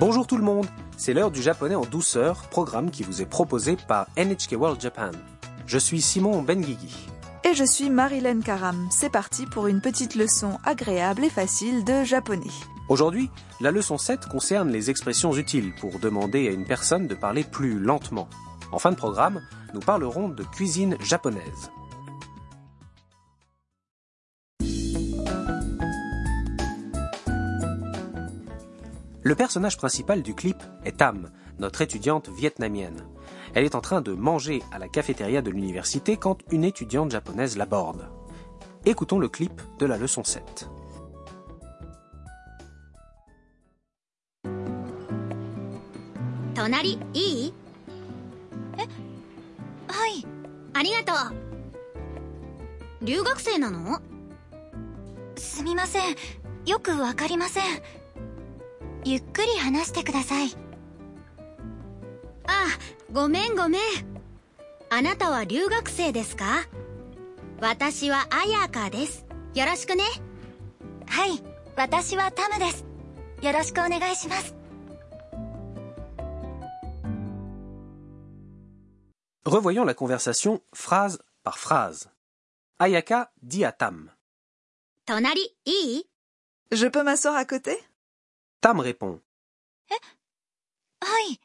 Bonjour tout le monde, c'est l'heure du japonais en douceur, programme qui vous est proposé par NHK World Japan. Je suis Simon Benguigui. Et je suis Marilyn Karam. C'est parti pour une petite leçon agréable et facile de japonais. Aujourd'hui, la leçon 7 concerne les expressions utiles pour demander à une personne de parler plus lentement. En fin de programme, nous parlerons de cuisine japonaise. Le personnage principal du clip est Tam, notre étudiante vietnamienne. Elle est en train de manger à la cafétéria de l'université quand une étudiante japonaise l'aborde. Écoutons le clip de la leçon 7. 隣いいえはいありがとう留学生なのすみませんよくわかりませんゆっくり話してくださいあごめんごめんあなたは留学生ですか私はアヤカですよろしくねはい私はタムですよろしくお願いします Revoyons la conversation phrase par phrase. Ayaka dit à Tam. 隣いい Je peux m'asseoir à côté Tam répond. はい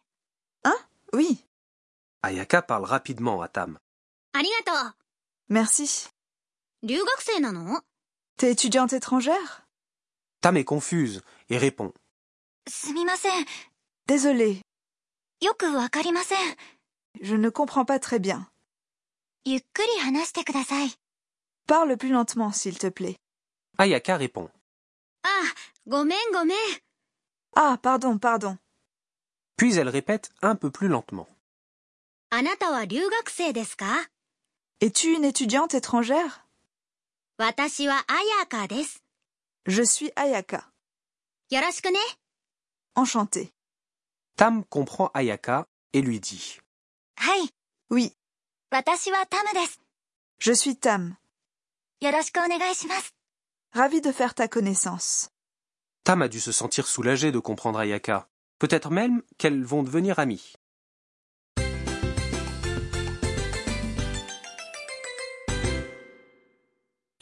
Oui, Ayaka parle rapidement à Tam. ありがと merci. う留学生なの T'es étudiante étrangère Tam est confuse et répond. すみません Désolée, よくわかりません je ne comprends pas très bien. ゆっくり話してください Parle plus lentement, s'il te plaît. Ayaka répond. あごめんごめん Ah, pardon, pardon. Puis elle répète un peu plus lentement. あなたは留学生ですか Es-tu une étudiante étrangère 私はアヤーカーです Je suis Ayaka. よろしくね Enchantée. Tam comprend Ayaka et lui dit. はい Oui, 私はタムです je suis Tam. よろしくお願いします Ravie de faire ta connaissance. Tam a dû se sentir soulagée de comprendre Ayaka. Peut-être même qu'elles vont devenir amies.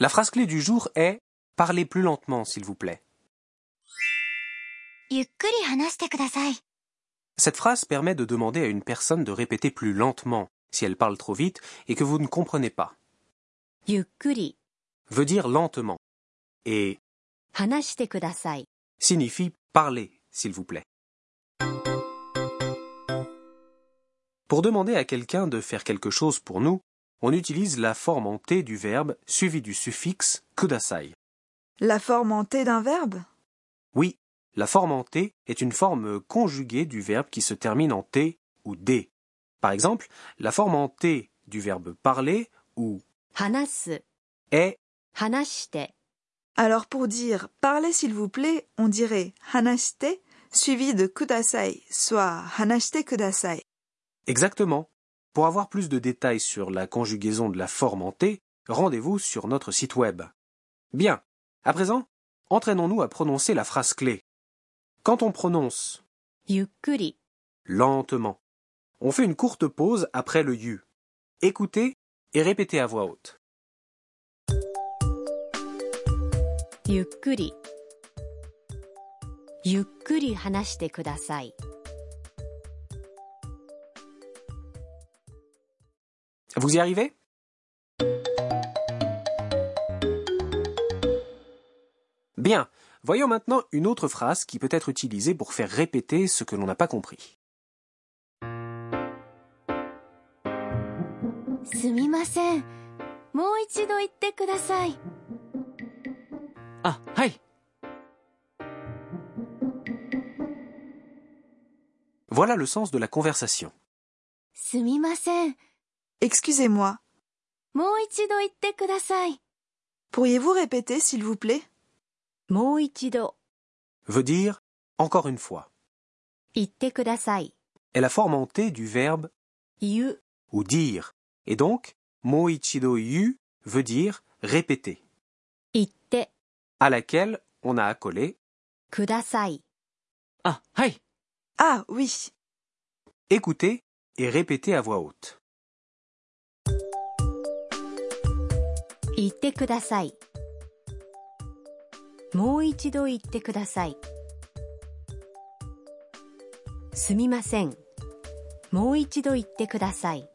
La phrase clé du jour est Parlez plus lentement, s'il vous plaît. ゆっくり話してください Cette phrase permet de demander à une personne de répéter plus lentement si elle parle trop vite et que vous ne comprenez pas. ゆっくり Veut dire lentement et 話してください signifie parler, s'il vous plaît. Pour demander à quelqu'un de faire quelque chose pour nous, on utilise la forme en T du verbe suivi du suffixe kudasai. La forme en T d'un verbe Oui, la forme en T est une forme conjuguée du verbe qui se termine en T ou D. Par exemple, la forme en T du verbe parler ou 話す est 話して Alors pour dire parlez s'il vous plaît, on dirait hanashite suivi de kudasai, soit hanashite kudasai. exactement. Pour avoir plus de détails sur la conjugaison de la forme en T, rendez-vous sur notre site web. Bien. À présent, entraînons-nous à prononcer la phrase clé. Quand on prononce ゆっくり lentement, on fait une courte pause après le you. Écoutez et répétez à voix haute. ゆっくりゆっくり話してください Vous y arrivez Bien, voyons maintenant une autre phrase qui peut être utilisée pour faire répéter ce que l'on n'a pas compris. すみませんもう一度言ってください Ah, hi Voilà le sens de la conversation. すみません Excusez-moi, もう一度言ってください pourriez-vous répéter s'il vous plaît もう一度 veut dire encore une fois. 言ってください est la forme en T du verbe 言う ou dire. Et donc, moichido yu veut dire répéter, 言って、 à laquelle on a accolé ください。 Ah, hi Ah oui. Écoutez et répétez à voix haute. 言ってくださいもう一度言ってくださいすみませんもう一度言ってください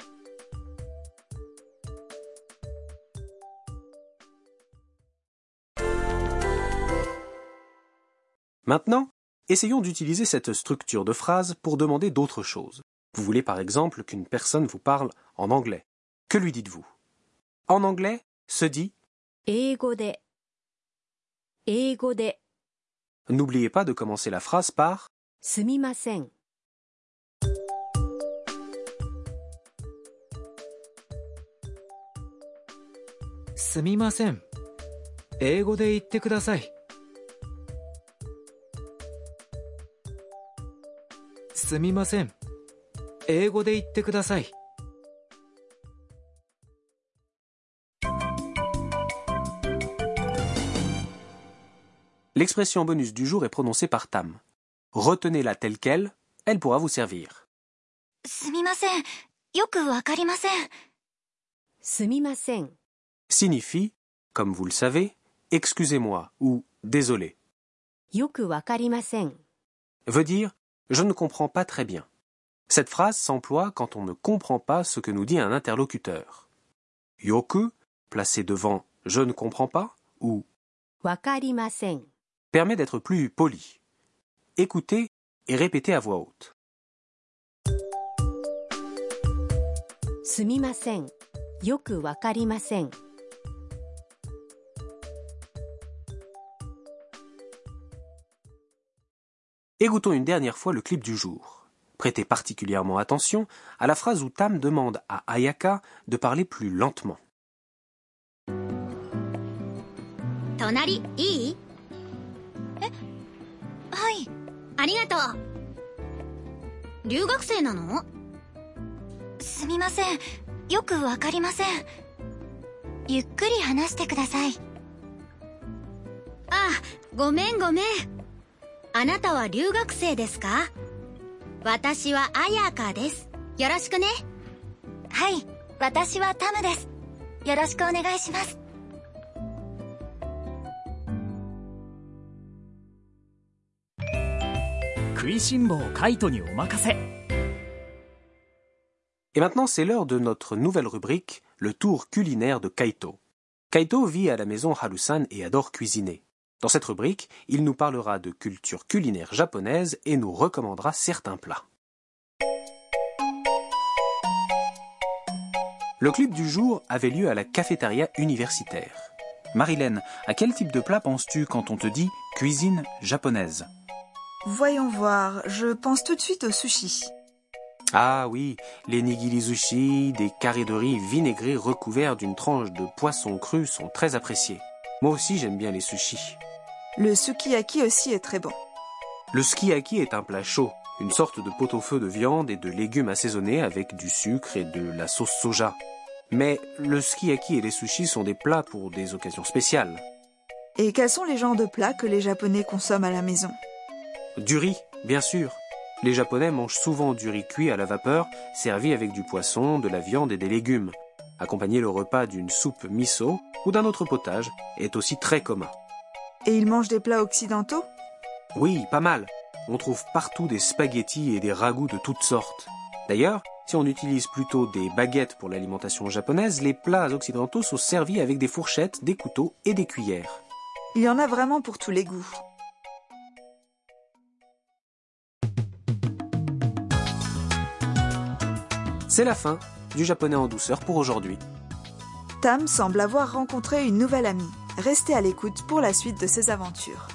Maintenant, essayons d'utiliser cette structure de phrase pour demander d'autres choses. Vous voulez par exemple qu'une personne vous parle en anglais. Que lui dites-vous En anglais se dit 英語で英語で N'oubliez pas de commencer la phrase par すみませんすみません英語で言ってくださいすみません英語で言ってください L'expression bonus du jour est prononcée par Tam. Retenez-la telle qu'elle, elle pourra vous servir. すみません。よくわかりません。すみません Signifie, comme vous le savez, excusez-moi ou désolé. よくわかりません Veut dire je ne comprends pas très bien. Cette phrase s'emploie quand on ne comprend pas ce que nous dit un interlocuteur. Yoku, placé devant je ne comprends pas ou わかりません permet d'être plus poli. Écoutez et répétez à voix haute. すみませんよくわかりません Écoutons une dernière fois le clip du jour. Prêtez particulièrement attention à la phrase où Tam demande à Ayaka de parler plus lentement. 隣、いいえはい。ありがとう。留学生なのすみません。よくわかりません。ゆっくり話してください。あ、ごめんごめん。あなたは留学生ですか私はアヤカです。よろしくね。はい。私はタムです。よろしくお願いします。食いしん坊カイトにお任せ Et maintenant, c'est l'heure de notre nouvelle rubrique, le tour culinaire de Kaito. Kaito vit à la maison Harusan et adore cuisiner. Dans cette rubrique, il nous parlera de culture culinaire japonaise et nous recommandera certains plats. Le clip du jour avait lieu à la cafétéria universitaire. Marilène, à quel type de plat penses-tu quand on te dit cuisine japonaise Voyons voir, je pense tout de suite au sushi. Ah oui, les nigirizushi, des carrés de riz vinaigrés recouverts d'une tranche de poisson cru sont très appréciés. Moi aussi j'aime bien les sushis. Le sukiyaki aussi est très bon. Le skiaki est un plat chaud, une sorte de pot-au-feu de viande et de légumes assaisonnés avec du sucre et de la sauce soja. Mais le skiaki et les sushis sont des plats pour des occasions spéciales. Et quels sont les genres de plats que les Japonais consomment à la maison Du riz, bien sûr. Les Japonais mangent souvent du riz cuit à la vapeur, servi avec du poisson, de la viande et des légumes. Accompagner le repas d'une soupe miso ou d'un autre potage est aussi très commun. Et ils mangent des plats occidentaux Oui, pas mal. On trouve partout des spaghettis et des ragoûts de toutes sortes. D'ailleurs, si on utilise plutôt des baguettes pour l'alimentation japonaise, les plats occidentaux sont servis avec des fourchettes, des couteaux et des cuillères. Il y en a vraiment pour tous les goûts. C'est la fin du japonais en douceur pour aujourd'hui. Tam semble avoir rencontré une nouvelle amie. Restez à l'écoute pour la suite de ses aventures.